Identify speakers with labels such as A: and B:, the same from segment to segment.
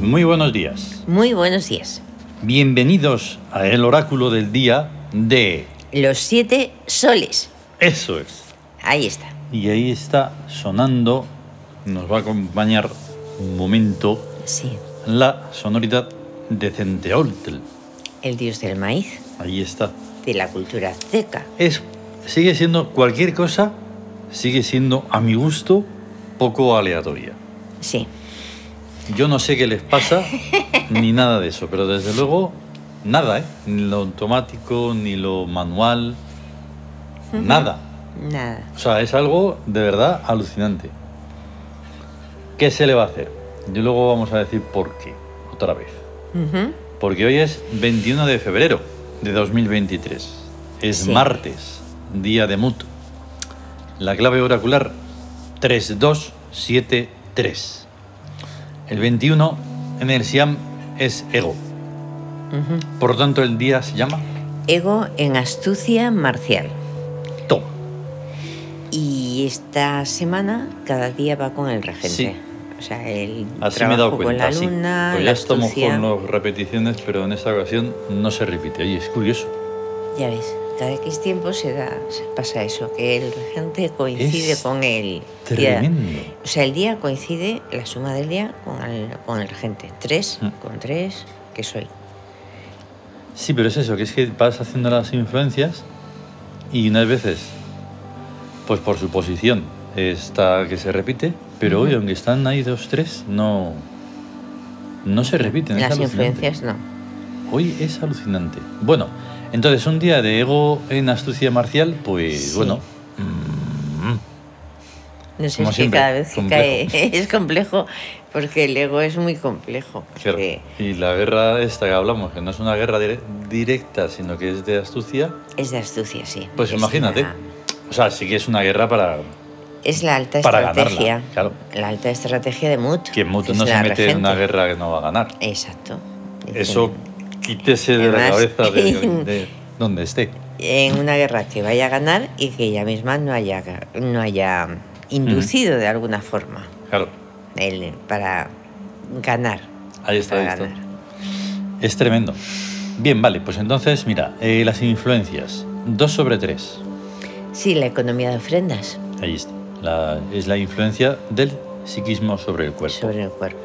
A: Muy buenos días.
B: Muy buenos días.
A: Bienvenidos a el oráculo del día de...
B: Los siete soles.
A: Eso es.
B: Ahí está.
A: Y ahí está sonando, nos va a acompañar un momento,
B: Sí.
A: la sonoridad de Centeoltl.
B: El dios del maíz,
A: Ahí está.
B: de la cultura azteca.
A: Es, sigue siendo cualquier cosa, sigue siendo, a mi gusto, poco aleatoria.
B: Sí.
A: Yo no sé qué les pasa, ni nada de eso, pero desde luego, nada, ¿eh? Ni lo automático, ni lo manual, nada.
B: Nada.
A: O sea, es algo de verdad alucinante. ¿Qué se le va a hacer? Y luego vamos a decir por qué, otra vez.
B: Ujú.
A: Porque hoy es 21 de febrero de 2023. Es
B: Sí.
A: martes, día de Mut. La clave oracular 3273. El 21 en el Siam es ego. Por lo tanto, el día se llama
B: Ego en astucia marcial.
A: To.
B: Y esta semana cada día va con el regente.
A: Sí.
B: O sea, el
A: Así me he
B: trabajo
A: dado
B: con
A: cuenta.
B: la
A: sí.
B: luna,
A: Pues
B: la
A: ya estamos
B: astucia.
A: con las repeticiones, pero en esta ocasión no se repite. Y es curioso.
B: Ya ves, cada X tiempo se da, se pasa eso, que el regente coincide
A: Es
B: con el día.
A: Tremendo.
B: O sea, el día coincide, la suma del día, con el, con el regente. Tres,
A: Mm.
B: con tres, que soy.
A: Sí, pero es eso, que es que vas haciendo las influencias y unas veces, pues por su posición, está que se repite, pero hoy, aunque están ahí dos, tres, no, no se repiten. es
B: Las
A: alucinante.
B: influencias no.
A: Hoy es alucinante. Bueno, entonces un día de ego en astucia marcial, pues
B: Sí.
A: bueno, mm,
B: No sé,
A: Como
B: es que
A: siempre,
B: cada vez que
A: complejo.
B: cae es complejo, porque el ego es muy complejo.
A: claro.
B: porque
A: Y la guerra esta que hablamos, que no es una guerra dire- directa, sino que es de astucia,
B: Es de astucia, sí.
A: pues
B: Es
A: imagínate.
B: la-
A: O sea, sí que es una guerra para...
B: es la alta
A: Para
B: estrategia.
A: ganarla, claro.
B: La alta estrategia de Mut.
A: Que Mut
B: que es
A: no se
B: la
A: mete en una
B: regente.
A: guerra que no va a ganar.
B: Exacto. Dicen,
A: Eso quítese de la
B: Además-
A: cabeza de, de donde esté.
B: En una guerra que vaya a ganar y que ella misma no haya, ga- no haya inducido de alguna forma
A: Claro,
B: el, para ganar.
A: ahí está, ahí
B: para
A: está.
B: ganar.
A: Es tremendo. Bien, vale, pues entonces, mira, eh, las influencias. 2 sobre 3.
B: Sí, la economía de ofrendas
A: Ahí está. La- es la influencia del psiquismo sobre el cuerpo.
B: sobre el cuerpo.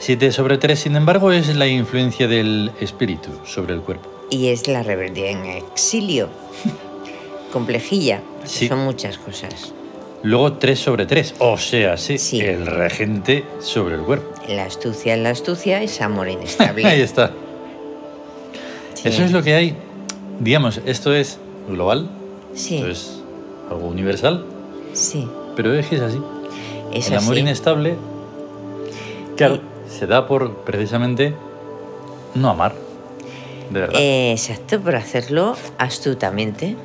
A: 7 sobre 3, sin embargo, es la influencia del espíritu sobre el cuerpo.
B: Y es la rebeldía en exilio. Complejilla. porque
A: Sí.
B: Son muchas cosas.
A: Luego 3 sobre 3, o sea, sí,
B: Sí.
A: el regente sobre el cuerpo.
B: La astucia en la astucia es amor
A: Ahí
B: inestable.
A: está.
B: Sí.
A: Eso es lo que hay. Digamos, esto es global,
B: Sí,
A: esto es algo universal,
B: sí.
A: pero es que es así.
B: Es
A: el amor
B: así. Eh,
A: inestable, claro, se da por precisamente no amar, de verdad. Mm.
B: Eh, exacto, por hacerlo astutamente.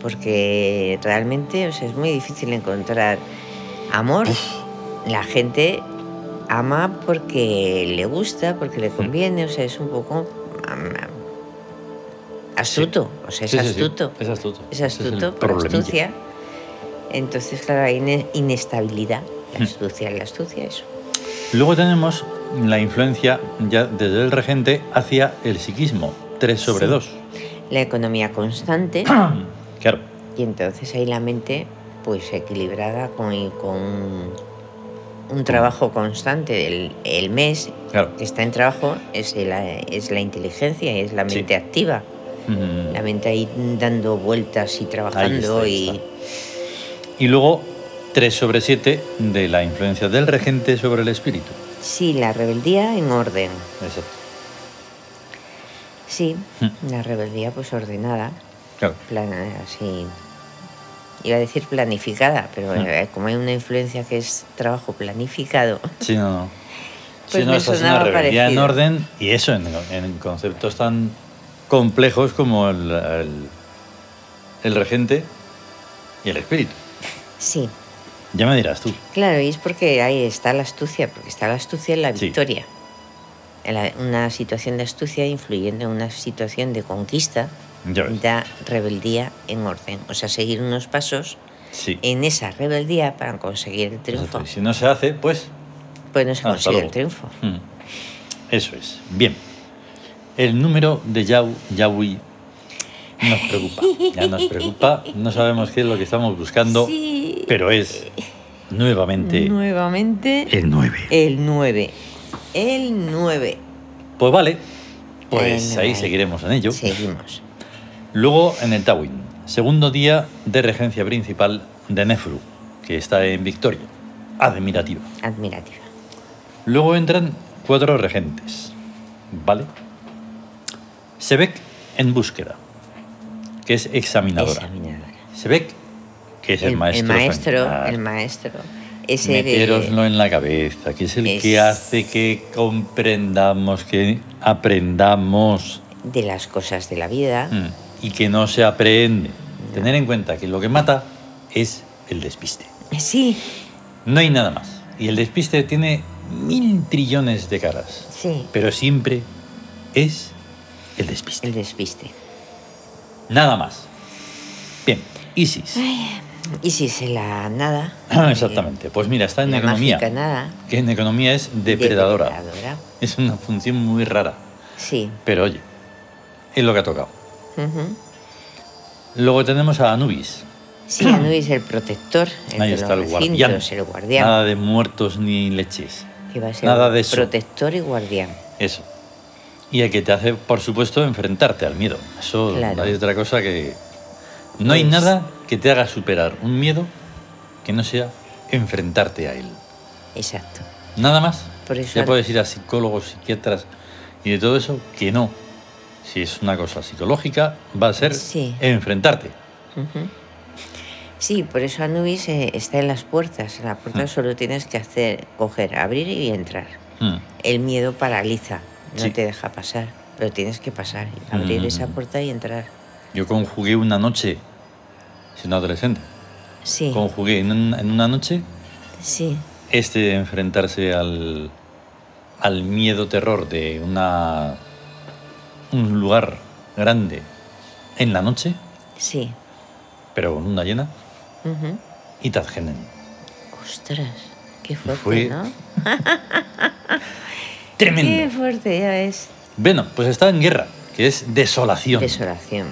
B: Porque realmente o sea, es muy difícil encontrar amor. La gente ama porque le gusta, porque
A: Mm.
B: le conviene, o sea, es un poco mm, astuto, o sea, es
A: Sí, sí, sí,
B: astuto.
A: es astuto.
B: Es
A: Ese el
B: astuto, por
A: problemilla.
B: astucia. Entonces, claro, hay ine- inestabilidad.
A: Mm.
B: La astucia, la astucia, eso.
A: Luego tenemos la influencia ya desde el regente hacia el psiquismo, 3 sobre
B: Sí.
A: 2.
B: La economía constante.
A: Claro,
B: Y entonces ahí la mente, pues equilibrada con, con un, un trabajo constante del el mes,
A: claro.
B: que está en trabajo, es la, es la inteligencia, es la
A: Sí.
B: mente activa.
A: Mm.
B: La mente ahí dando vueltas y trabajando
A: ahí
B: y...
A: está. Y luego 3 sobre 7 de la influencia del regente sobre el espíritu.
B: Sí, la rebeldía en orden.
A: Exacto.
B: Sí,
A: Mm.
B: la rebeldía pues ordenada,
A: Claro.
B: plan, así... Iba a decir planificada, pero
A: Mm.
B: eh, como hay una influencia que es trabajo planificado,
A: Sí, no, no.
B: Pues
A: sí, no,
B: me
A: estás en
B: sonaba
A: una rebeldía en
B: parecido.
A: orden y eso en, en conceptos tan complejos como el, el- el regente y el espíritu.
B: sí,
A: Ya me dirás tú.
B: Claro, y es porque ahí está la astucia, porque está la astucia en la
A: Sí.
B: victoria. En la- una situación de astucia influyendo en una situación de conquista
A: Ya ves.
B: da rebeldía en orden. O sea, seguir unos pasos
A: Sí.
B: en esa rebeldía para conseguir el
A: Exacto.
B: Eh, triunfo.
A: Y si no se hace, pues...
B: Pues no se
A: Hasta
B: consigue el
A: luego.
B: triunfo.
A: mm. Eso es. Bien. El número de Yau, Yahui nos preocupa. Ya nos preocupa. No sabemos qué es lo que estamos buscando,
B: Sí.
A: pero es nuevamente
B: Nuevamente.
A: el 9.
B: El 9. El 9.
A: Pues vale. Pues
B: El
A: ahí
B: nueve.
A: seguiremos en ello.
B: Seguimos.
A: Luego en el Tawin, segundo día de regencia principal de Nefru, que está en Victoria. Admirativo.
B: Admirativa.
A: Luego entran cuatro regentes. ¿Vale? Sebek en búsqueda, que es examinadora.
B: Examinadora.
A: Sebek, que es el, maestro.
B: El maestro.
A: Sanjar.
B: el maestro. Ese de-
A: Metéroslo en la cabeza, que es el que
B: Es-
A: hace que comprendamos, que aprendamos
B: de las cosas de la vida.
A: mm, y que no se aprehende. Tener en cuenta que lo que mata es el despiste.
B: Sí,
A: No hay nada más. Y el despiste tiene mil trillones de caras.
B: sí.
A: pero siempre es el despiste.
B: El despiste.
A: Nada más. Bien, Isis.
B: Y si se la nada. eh,
A: Exactamente. Pues mira, está en
B: la
A: economía.
B: mágica nada.
A: Que en economía es depredadora.
B: Depredadora.
A: Es una función muy rara.
B: Sí.
A: Pero oye, es lo que ha tocado.
B: ujú.
A: Luego tenemos a Anubis.
B: Sí, Anubis, el protector. El
A: Ahí
B: de
A: está
B: los
A: el guardián.
B: recintos, El guardián.
A: Nada de muertos ni leches.
B: que va a ser
A: nada de eso.
B: protector y guardián.
A: Eso. Y el que te hace, por supuesto, enfrentarte al miedo. Eso
B: Claro.
A: no hay otra cosa que... No hay
B: Pues-
A: nada que te haga superar un miedo que no sea enfrentarte a él.
B: Exacto.
A: Nada más.
B: Por eso
A: Ya
B: al-
A: puedes ir a psicólogos, psiquiatras y de todo eso, que no. Si es una cosa psicológica, va a ser
B: Sí.
A: enfrentarte.
B: Ujú. Sí, por eso Anubis eh, está en las puertas. En la puerta
A: Mm.
B: solo tienes que hacer, coger, abrir y entrar.
A: Mm,
B: El miedo paraliza, no
A: Sí.
B: te deja pasar, pero tienes que pasar, abrir
A: Mm.
B: esa puerta y entrar.
A: Yo conjugué una noche, siendo adolescente,
B: Sí,
A: conjugué en un- en una noche
B: sí,
A: este de enfrentarse al, al miedo terror de una un lugar grande en la noche,
B: sí.
A: pero con una llena,
B: Ujú.
A: y Tadgenen.
B: Ostras, qué fuerte,
A: Fue
B: ¿no? Qué
A: Tremendo.
B: fuerte, ya es.
A: Bueno, pues está en guerra, que es desolación.
B: Desolación.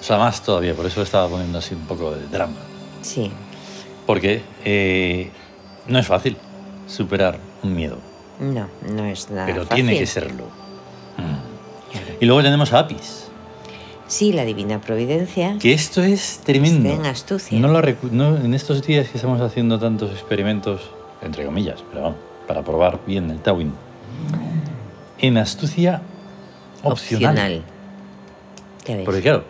A: O sea, más todavía, por eso estaba poniendo así un poco de drama.
B: Sí,
A: Porque eh, no es fácil superar un miedo,
B: no, no es nada.
A: pero
B: Ah, fácil.
A: tiene que serlo. Mm. Y luego tenemos a Apis,
B: Sí, la divina providencia.
A: que esto es tremendo.
B: Está en astucia.
A: No lo recu- no, en estos días que estamos haciendo tantos experimentos, entre comillas, pero vamos, para probar bien el Tawin. En astucia opcional.
B: Ya ves,
A: Porque claro,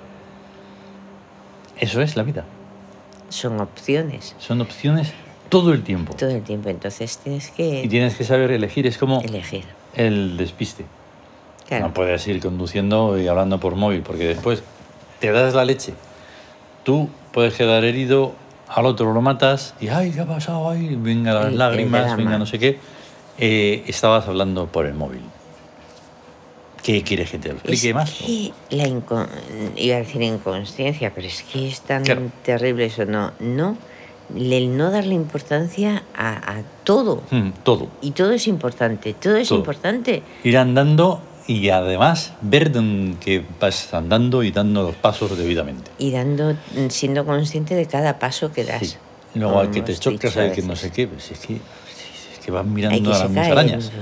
A: eso es la vida.
B: son opciones
A: Son opciones todo el tiempo.
B: todo el tiempo, entonces tienes
A: Y
B: que
A: tienes que saber elegir. Es como
B: elegir.
A: el despiste.
B: Claro.
A: No puedes ir conduciendo y hablando por móvil, porque después te das la leche. Tú puedes quedar herido, al otro lo matas y, ay, ¿qué ha pasado? Ay, venga las
B: El- el
A: lágrimas,
B: drama.
A: venga no sé qué. Eh, estabas hablando por el móvil. ¿Qué quieres que te lo
B: Es
A: explique más?
B: que la inco- iba a decir inconsciencia, pero es que es tan
A: Claro.
B: terrible eso, no, no, el no darle importancia a, a todo.
A: Mm, todo.
B: Y todo es importante, todo es
A: Todo.
B: importante.
A: Ir andando y además ver dónde- que vas andando y dando los pasos debidamente.
B: Y dando, siendo consciente de cada paso que das.
A: Sí. Luego
B: como
A: al que te
B: hemos
A: chocas,
B: dicho a
A: al que no
B: veces.
A: sé qué, pues es que, es que vas
B: Hay
A: mirando
B: que
A: a las
B: se cae.
A: musarañas.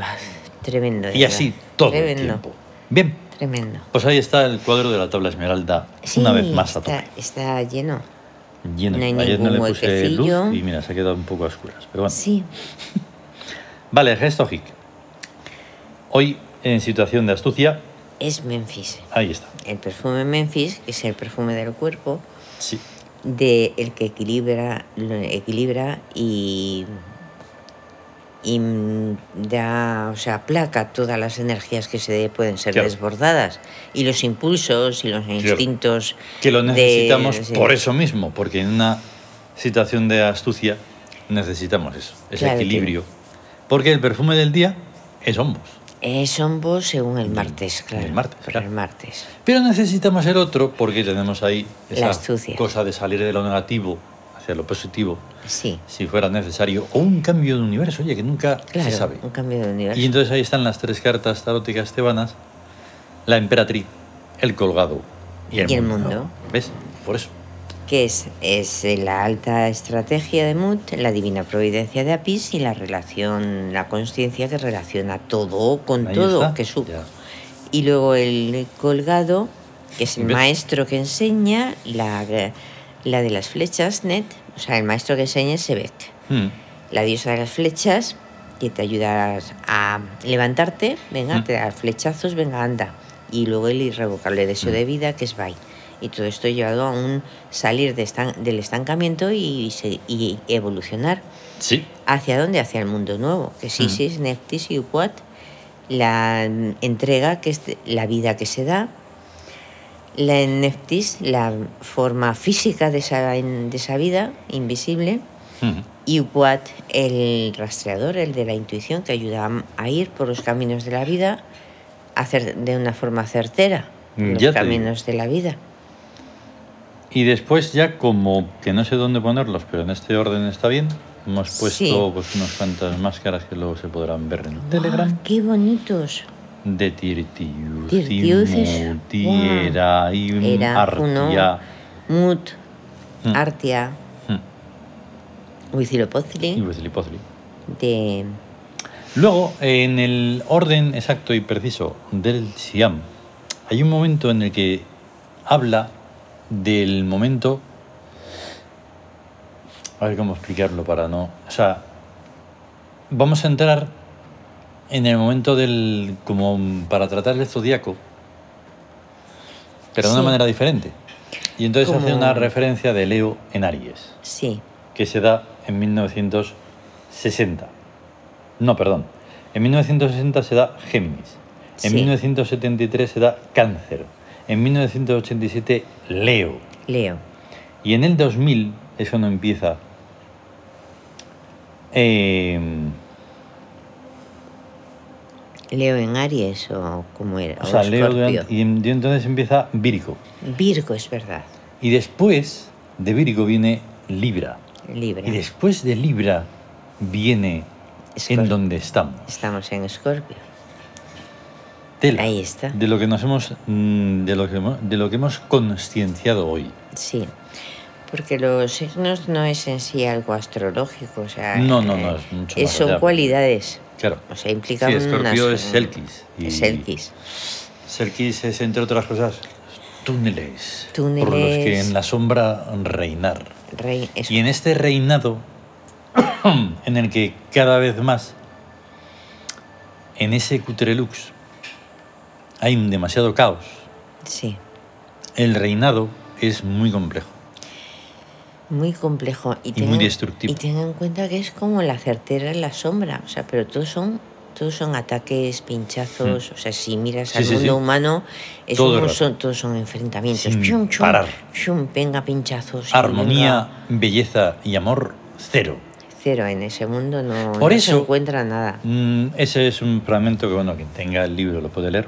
B: Tremendo. de
A: Y así
B: verdad.
A: todo el
B: Tremendo.
A: tiempo. Bien,
B: Tremendo.
A: pues ahí está el cuadro de la tabla esmeralda, una
B: Sí,
A: vez más a
B: está,
A: tope.
B: está lleno.
A: Lleno.
B: no hay
A: Ayer no le
B: ningún
A: puse luz
B: huequecillo.
A: y mira, se ha quedado un poco a oscuras. Pero bueno.
B: Sí,
A: Vale, gesto hic. Hoy, en situación de astucia,
B: es Memphis.
A: ahí está.
B: El perfume Memphis, que es el perfume del cuerpo,
A: Sí.
B: de el que equilibra, lo equilibra y, y da, o sea, aplaca todas las energías que se pueden ser
A: Claro.
B: desbordadas y los impulsos y los instintos.
A: Que lo
B: de-
A: necesitamos
B: sí.
A: por eso mismo, porque en una situación de astucia necesitamos eso, ese
B: Claro que-
A: equilibrio. Porque el perfume del día es hombos.
B: Eh, son vos según el martes, claro.
A: Mm, el martes,
B: por
A: claro.
B: el martes.
A: Pero necesitamos el otro porque tenemos ahí
B: La
A: esa
B: astucia.
A: cosa de salir de lo negativo hacia lo positivo,
B: Sí,
A: si fuera necesario, o un cambio de universo, oye, que nunca
B: claro.
A: se sabe.
B: Un cambio de universo.
A: Y entonces ahí están las tres cartas taróticas tebanas, la emperatriz, el colgado y el,
B: Y el
A: mundo.
B: mundo.
A: ¿Ves? Por eso.
B: que es, es la alta estrategia de Mut, la divina providencia de Apis y la relación, la conciencia que relaciona todo con
A: Ahí
B: todo,
A: está.
B: que sub.
A: Ya.
B: Y luego el colgado, que es el
A: ¿Ves?
B: maestro que enseña, la, la de las flechas, Net, o sea, el maestro que enseña es Sebek,
A: Hmm.
B: la diosa de las flechas, que te ayuda a levantarte, venga,
A: Mm.
B: te da flechazos, venga, anda. Y luego el irrevocable deseo de vida, que es Bai. Y todo esto llevado a un salir de estan- del estancamiento y, se- y evolucionar.
A: Sí,
B: ¿Hacia dónde? Hacia el mundo nuevo, que es
A: Mm.
B: Isis, Neftis y Upuat, la mm, entrega, que es de- la vida que se da, la Neftis, la forma física de esa, de esa vida invisible,
A: Hmm.
B: y Upuat, el rastreador, el de la intuición, que ayuda a- a ir por los caminos de la vida a hacer de una forma certera
A: Mm,
B: los
A: ya te
B: caminos de la vida.
A: Y después ya como que no sé dónde ponerlos, pero en este orden está bien. Hemos puesto
B: Sí.
A: pues unas cuantas máscaras que luego se podrán ver en Telegram.
B: ¡Ah, ¡Qué bonitos!
A: De Tirtius,
B: Tirtiuces.
A: Timu,
B: Guau.
A: Tiera, Im,
B: Era uno.
A: Mm, Artia.
B: Mut,
A: Mm. pues
B: Artia,
A: Hmm. Y
B: Huitzilopochtli,
A: Huitzilipoztli.
B: de...
A: Luego, en el orden exacto y preciso del Siam, hay un momento en el que habla del momento. A ver cómo explicarlo para no. O sea, vamos a entrar en el momento del. como para tratar el zodiaco, pero de una
B: Sí.
A: manera diferente. Y entonces hace
B: Como-
A: una referencia de Leo en Aries
B: Sí,
A: que se da en 1960. No, perdón. En 1960 se da Géminis. En
B: Sí.
A: 1973 se da Cáncer. En 1987 Leo.
B: Leo.
A: Y en el 2000 eso no empieza. em,
B: Leo en Aries o como era.
A: o sea, Leo
B: Escorpio.
A: durante- y en- y entonces empieza Virgo.
B: Virgo es verdad.
A: Y después de Virgo viene Libra.
B: Libra.
A: Y después de Libra viene
B: Escorpio.
A: en donde estamos.
B: Estamos en Escorpio.
A: tela
B: Ahí está.
A: de lo que nos hemos mm, de lo que hemos, de lo que hemos concienciado hoy
B: Sí. Porque los signos no es en sí algo astrológico. O sea,
A: No, no,
B: eh,
A: no, es mucho más
B: Son
A: allá.
B: cualidades.
A: claro
B: O sea, implica
A: sí Escorpio
B: unas-
A: es Selkis y
B: Es Selkis.
A: Selkis es entre otras cosas túneles, por los
B: Túneles.
A: que en la sombra reinar
B: Rey, es-
A: y en este reinado en el que cada vez más en ese cutrelux hay un demasiado caos
B: Sí.
A: el reinado es muy complejo
B: Muy complejo. Y,
A: muy destructivo.
B: Y tengan en cuenta que es como la certera en la sombra. O sea, pero todos son, todos son ataques, pinchazos. O sea, si miras
A: Mm. Sí,
B: al
A: sí,
B: mundo
A: sí.
B: humano, es
A: Todo el
B: un-
A: rato.
B: son, todos son enfrentamientos.
A: Sin
B: Chum, chum,
A: parar.
B: chum, venga, pinchazos. y
A: armonía
B: venga.
A: belleza y amor cero
B: Cero en ese mundo no,
A: Por
B: no se
A: eso-
B: encuentra nada.
A: Mm, ese es un fragmento que, bueno, quien tenga el libro lo puede leer.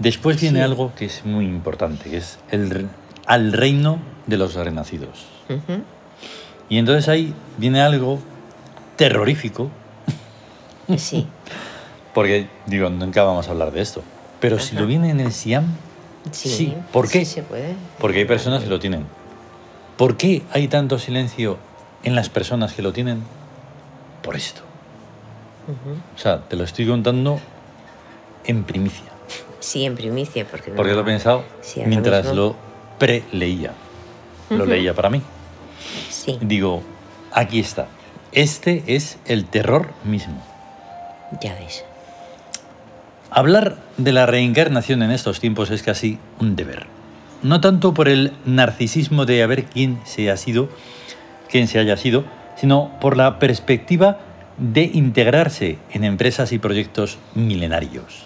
A: Después viene
B: Sí.
A: algo que es muy importante, que es el, re- al reino de los renacidos.
B: Ujú.
A: Y entonces ahí viene algo terrorífico, Mm.
B: Sí,
A: porque, digo, nunca vamos a hablar de esto. Pero si lo viene en el Siam,
B: sí.
A: Sí, ¿por qué?
B: Sí se puede.
A: porque hay personas que lo tienen. ¿Por qué hay tanto silencio en las personas que lo tienen? Por esto.
B: Ujú.
A: O sea, te lo estoy contando en primicia.
B: Sí, en primicia, porque no-
A: Porque lo he pensado
B: Sí, ahora
A: mientras
B: mismo.
A: lo pre-leía. Lo
B: Ujú.
A: leía para mí.
B: Sí,
A: Digo, aquí está. Este es el terror mismo.
B: ya ves.
A: Hablar de la reencarnación en estos tiempos es casi un deber. No tanto por el narcisismo de a ver quién se ha sido, quién se haya sido, sino por la perspectiva de integrarse en empresas y proyectos milenarios.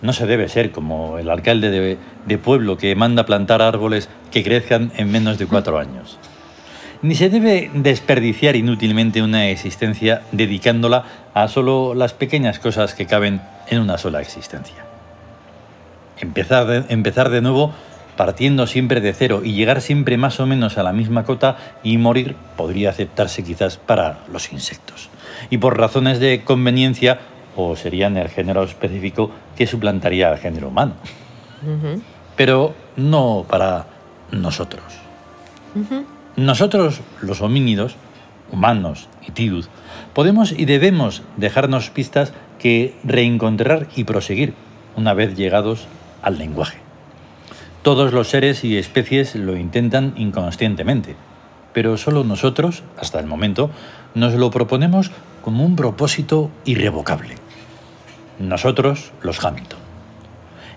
A: No se debe ser como el alcalde de, de pueblo que manda plantar árboles que crezcan en menos de cuatro años. Ni se debe desperdiciar inútilmente una existencia dedicándola a solo las pequeñas cosas que caben en una sola existencia. Empezar de, empezar de nuevo partiendo siempre de cero y llegar siempre más o menos a la misma cota y morir podría aceptarse quizás para los insectos. Y por razones de conveniencia, o serían el género específico que suplantaría al género humano.
B: Ujú,
A: Pero no para nosotros.
B: ujú.
A: Nosotros, los homínidos, humanos y tiud, podemos y debemos dejarnos pistas que reencontrar y proseguir una vez llegados al lenguaje. Todos los seres y especies lo intentan inconscientemente, pero solo nosotros, hasta el momento, nos lo proponemos como un propósito irrevocable. Nosotros, los Hamilton.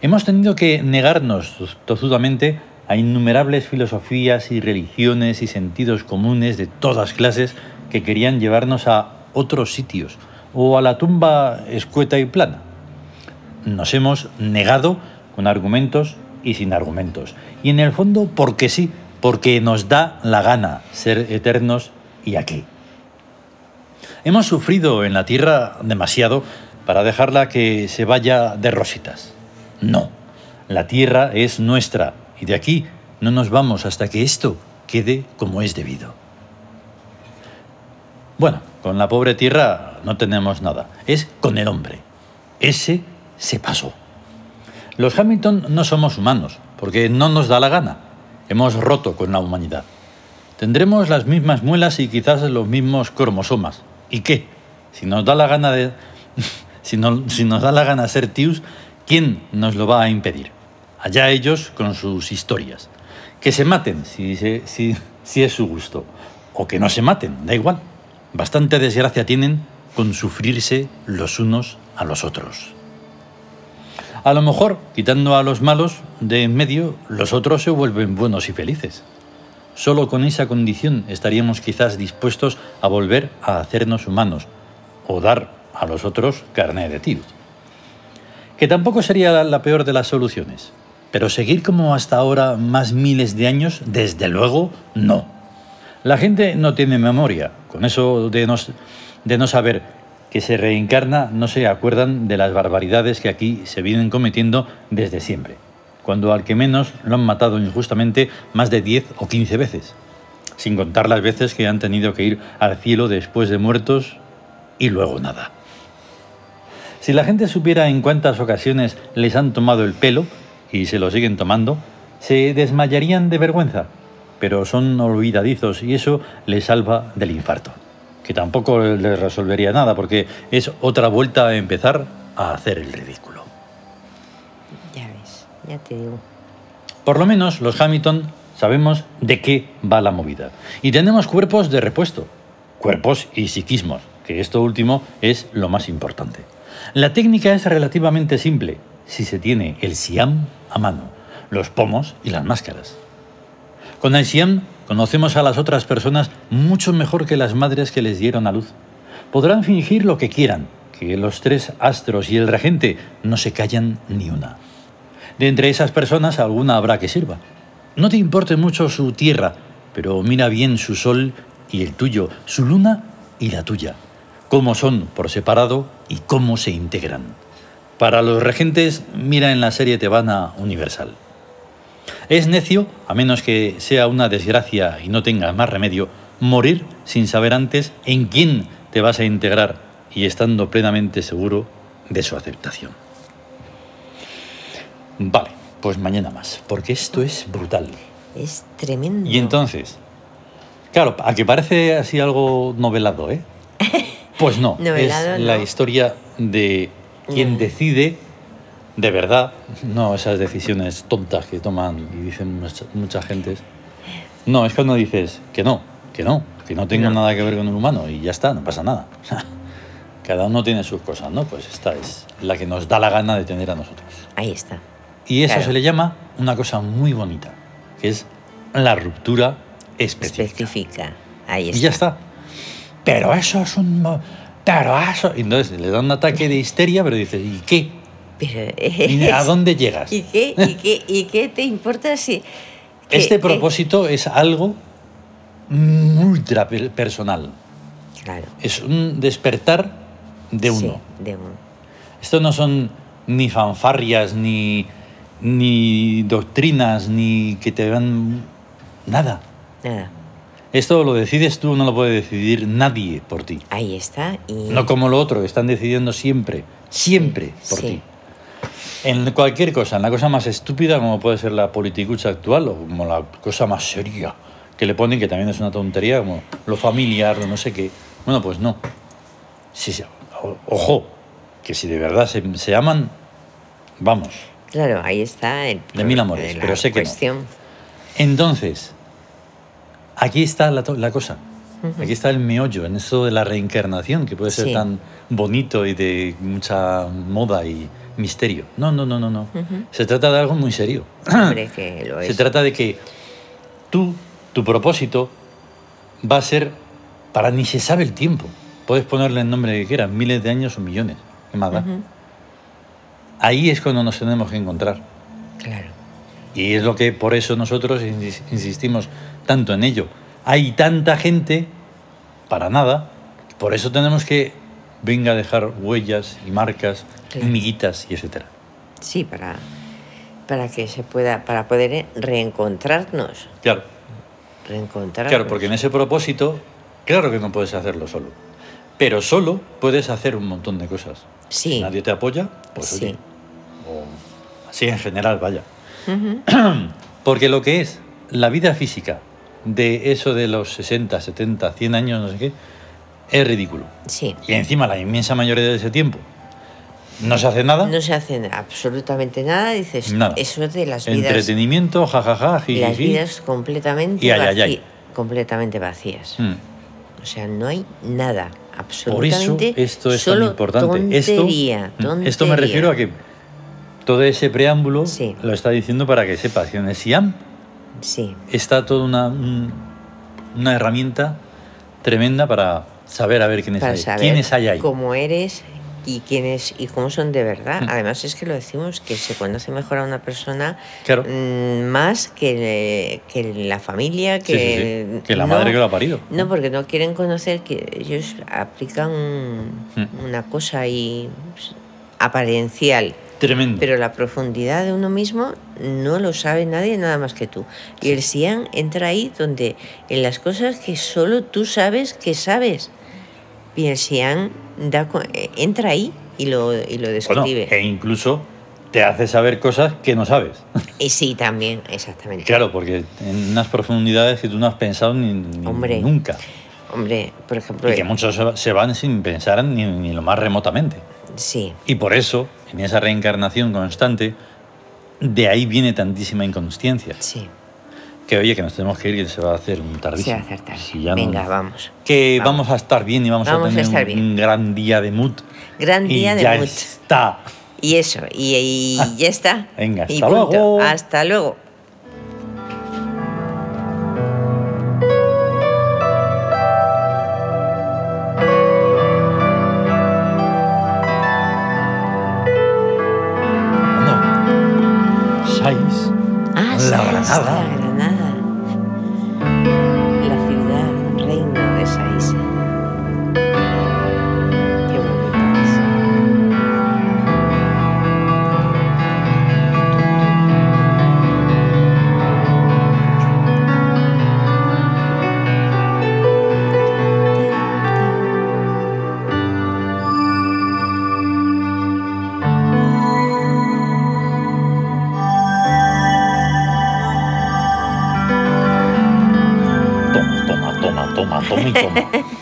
A: Hemos tenido que negarnos tozudamente a innumerables filosofías y religiones y sentidos comunes de todas clases que querían llevarnos a otros sitios o a la tumba escueta y plana. Nos hemos negado con argumentos y sin argumentos. Y en el fondo, porque sí, porque nos da la gana ser eternos y aquí. Hemos sufrido en la tierra demasiado para dejarla que se vaya de rositas. No, la tierra es nuestra y de aquí no nos vamos hasta que esto quede como es debido. Bueno, con la pobre tierra no tenemos nada, es con el hombre. Ese se pasó. Los Hamilton no somos humanos, porque no nos da la gana. Hemos roto con la humanidad. Tendremos las mismas muelas y quizás los mismos cromosomas. ¿Y qué? Si nos da la gana de. si, no- si nos da la gana ser tíos, ¿quién nos lo va a impedir? Allá ellos con sus historias. Que se maten si, se- si, si es su gusto. O que no se maten, da igual. Bastante desgracia tienen con sufrirse los unos a los otros. A lo mejor, quitando a los malos de en medio, los otros se vuelven buenos y felices. Solo con esa condición estaríamos quizás dispuestos a volver a hacernos humanos o dar a los otros carne de tío. Que tampoco sería la, la peor de las soluciones. Pero seguir como hasta ahora más miles de años, desde luego, no. La gente no tiene memoria. Con eso de no, s- de no saber que se reencarna, no se acuerdan de las barbaridades que aquí se vienen cometiendo desde siempre. Cuando al que menos lo han matado injustamente más de 10 o 15 veces. Sin contar las veces que han tenido que ir al cielo después de muertos y luego nada. Si la gente supiera en cuántas ocasiones les han tomado el pelo, y se lo siguen tomando, se desmayarían de vergüenza, pero son olvidadizos y eso les salva del infarto, que tampoco les resolvería nada porque es otra vuelta a empezar a hacer el ridículo.
B: Ya ves, ya te digo.
A: Por lo menos los Hamilton sabemos de qué va la movida. Y tenemos cuerpos de repuesto, cuerpos y psiquismos, que esto último es lo más importante. La técnica es relativamente simple, si se tiene el SIAM a mano, los pomos y las máscaras. Con el SIAM conocemos a las otras personas mucho mejor que las madres que les dieron a luz. Podrán fingir lo que quieran, que los tres astros y el regente no se callan ni una. De entre esas personas alguna habrá que sirva. No te importe mucho su tierra, pero mira bien su sol y el tuyo, su luna y la tuya, cómo son por separado y cómo se integran. Para los regentes, mira en la serie tebana Universal. Es necio, a menos que sea una desgracia y no tengas más remedio, morir sin saber antes en quién te vas a integrar y estando plenamente seguro de su aceptación. Vale, pues mañana más, porque esto es brutal.
B: Es tremendo.
A: Y entonces, claro, a que parece así algo novelado, ¿eh? Pues no,
B: Novelado
A: es la
B: no.
A: historia de quien
B: Mm.
A: decide de verdad, no esas decisiones tontas que toman y dicen mucha, mucha gente. No, es cuando dices que no, que no, que no tengo
B: No.
A: nada que ver con un humano y ya está, no pasa nada. Cada uno tiene sus cosas, ¿no? Pues esta es la que nos da la gana de tener a nosotros.
B: Ahí está.
A: Y eso
B: Claro.
A: se le llama una cosa muy bonita, que es la ruptura específica.
B: Especifica. Ahí
A: Y ya
B: está.
A: está. Pero eso es un... mo- Pero eso... Y entonces le da un ataque de histeria, pero dices, ¿y qué?
B: Pero
A: ¿Y
B: es-
A: a dónde llegas?
B: ¿Y qué, y, qué, ¿Y qué te importa si... que-
A: Este
B: que-
A: propósito es algo ultra per- personal.
B: Claro.
A: Es un despertar de
B: sí,
A: uno.
B: de uno.
A: Esto no son ni fanfarrias, ni, ni doctrinas, ni que te hagan nada.
B: Nada.
A: Esto lo decides tú, no lo puede decidir nadie por ti.
B: Ahí está. Y...
A: No como lo otro, están decidiendo siempre, siempre por
B: Sí.
A: ti. En cualquier cosa, en la cosa más estúpida como puede ser la politicucha actual o como la cosa más seria que le ponen, que también es una tontería, como lo familiar o no sé qué. Bueno, pues no. Sí, sí, o- ojo, que si de verdad se, se aman, vamos.
B: Claro, ahí está el
A: De mil amores,
B: la
A: pero sé que no.
B: cuestión.
A: Entonces, aquí está la, to- la cosa. Aquí está el meollo, en eso de la reencarnación, que puede ser
B: Sí.
A: tan bonito y de mucha moda y misterio. No, no, no, no, no.
B: Ujú.
A: Se trata de algo muy serio.
B: Hombre, que lo
A: Se
B: es.
A: trata de que tú, tu propósito, va a ser para ni se sabe el tiempo. Puedes ponerle el nombre que quieras, miles de años o millones. ¿Qué más da?
B: Ujú.
A: Ahí es cuando nos tenemos que encontrar.
B: Claro.
A: Y es lo que por eso nosotros insis- insistimos tanto en ello. Hay tanta gente para nada, por eso tenemos que venga a dejar huellas y marcas,
B: Claro.
A: miguitas y etcétera.
B: Sí, para, para que se pueda, para poder reencontrarnos.
A: Claro,
B: Reencontrarnos.
A: claro, porque en ese propósito, claro que no puedes hacerlo solo. Pero solo puedes hacer un montón de cosas.
B: Sí.
A: Si nadie te apoya, pues
B: Sí.
A: oye, o así en general, vaya.
B: Ujú.
A: Porque lo que es la vida física de eso de los 60, 70, 100 años, no sé qué, es ridículo.
B: Sí.
A: Y encima la inmensa mayoría de ese tiempo no se hace nada.
B: No se hace absolutamente nada, dices,
A: Nada.
B: eso de las vidas,
A: Entretenimiento, jajaja,
B: las
A: jijiji.
B: vidas completamente,
A: Y ay, ay, ay.
B: vaci- completamente vacías.
A: Mm.
B: O sea, no hay nada,
A: Por eso
B: absolutamente.
A: esto es tan
B: solo
A: importante.
B: Tontería,
A: esto, mm, esto me
B: tontería.
A: refiero a que todo ese preámbulo
B: Sí.
A: lo está diciendo para que sepas que en el SIAM
B: Sí,
A: está toda una, un- una herramienta tremenda para saber a ver quiénes
B: para
A: hay.
B: saber
A: quiénes hay ahí.
B: cómo eres y quiénes y cómo son de verdad.
A: Mm.
B: Además es que lo decimos que se conoce mejor a una persona
A: Claro.
B: mm, más que, que la familia,
A: Sí,
B: que,
A: sí, sí. Que la madre que lo ha parido.
B: No, porque no quieren conocer que ellos aplican un-
A: Mm.
B: una cosa ahí pues, apariencial,
A: Tremendo.
B: pero la profundidad de uno mismo no lo sabe nadie nada más que tú. Y el SIAN entra ahí donde en las cosas que solo tú sabes que sabes. Y el SIAN da, co- eh, entra ahí y lo, y lo
A: Bueno,
B: describe.
A: e incluso te hace saber cosas que no sabes.
B: Y sí, también, exactamente.
A: Claro, porque en unas profundidades que tú no has pensado ni, ni-
B: Hombre. Pues
A: nunca.
B: Hombre, por ejemplo,
A: Y que muchos se va- se van sin pensar ni, ni lo más remotamente.
B: sí,
A: Y por eso, en esa reencarnación constante, de ahí viene tantísima inconsciencia.
B: sí,
A: Que oye, que nos tenemos que ir, que se va a hacer un
B: se
A: tardísimo.
B: va a acertar.
A: Si ya no-
B: Venga, vamos.
A: Que
B: Vamos.
A: vamos. a estar bien y vamos,
B: Vamos a
A: a tener
B: estar
A: un,
B: bien.
A: un gran día de mood.
B: Gran día
A: y
B: de
A: ya
B: Mut.
A: está.
B: Y eso, y, y ya está.
A: Venga,
B: Y
A: hasta
B: punto.
A: luego.
B: Hasta luego.
A: No. Seis.
B: Ah,
A: La
B: sí,
A: Granada.
B: está La Granada. La ciudad, reino de Saísa. Qué bonita es.
A: Toma, toma, toma, toma, toma y toma.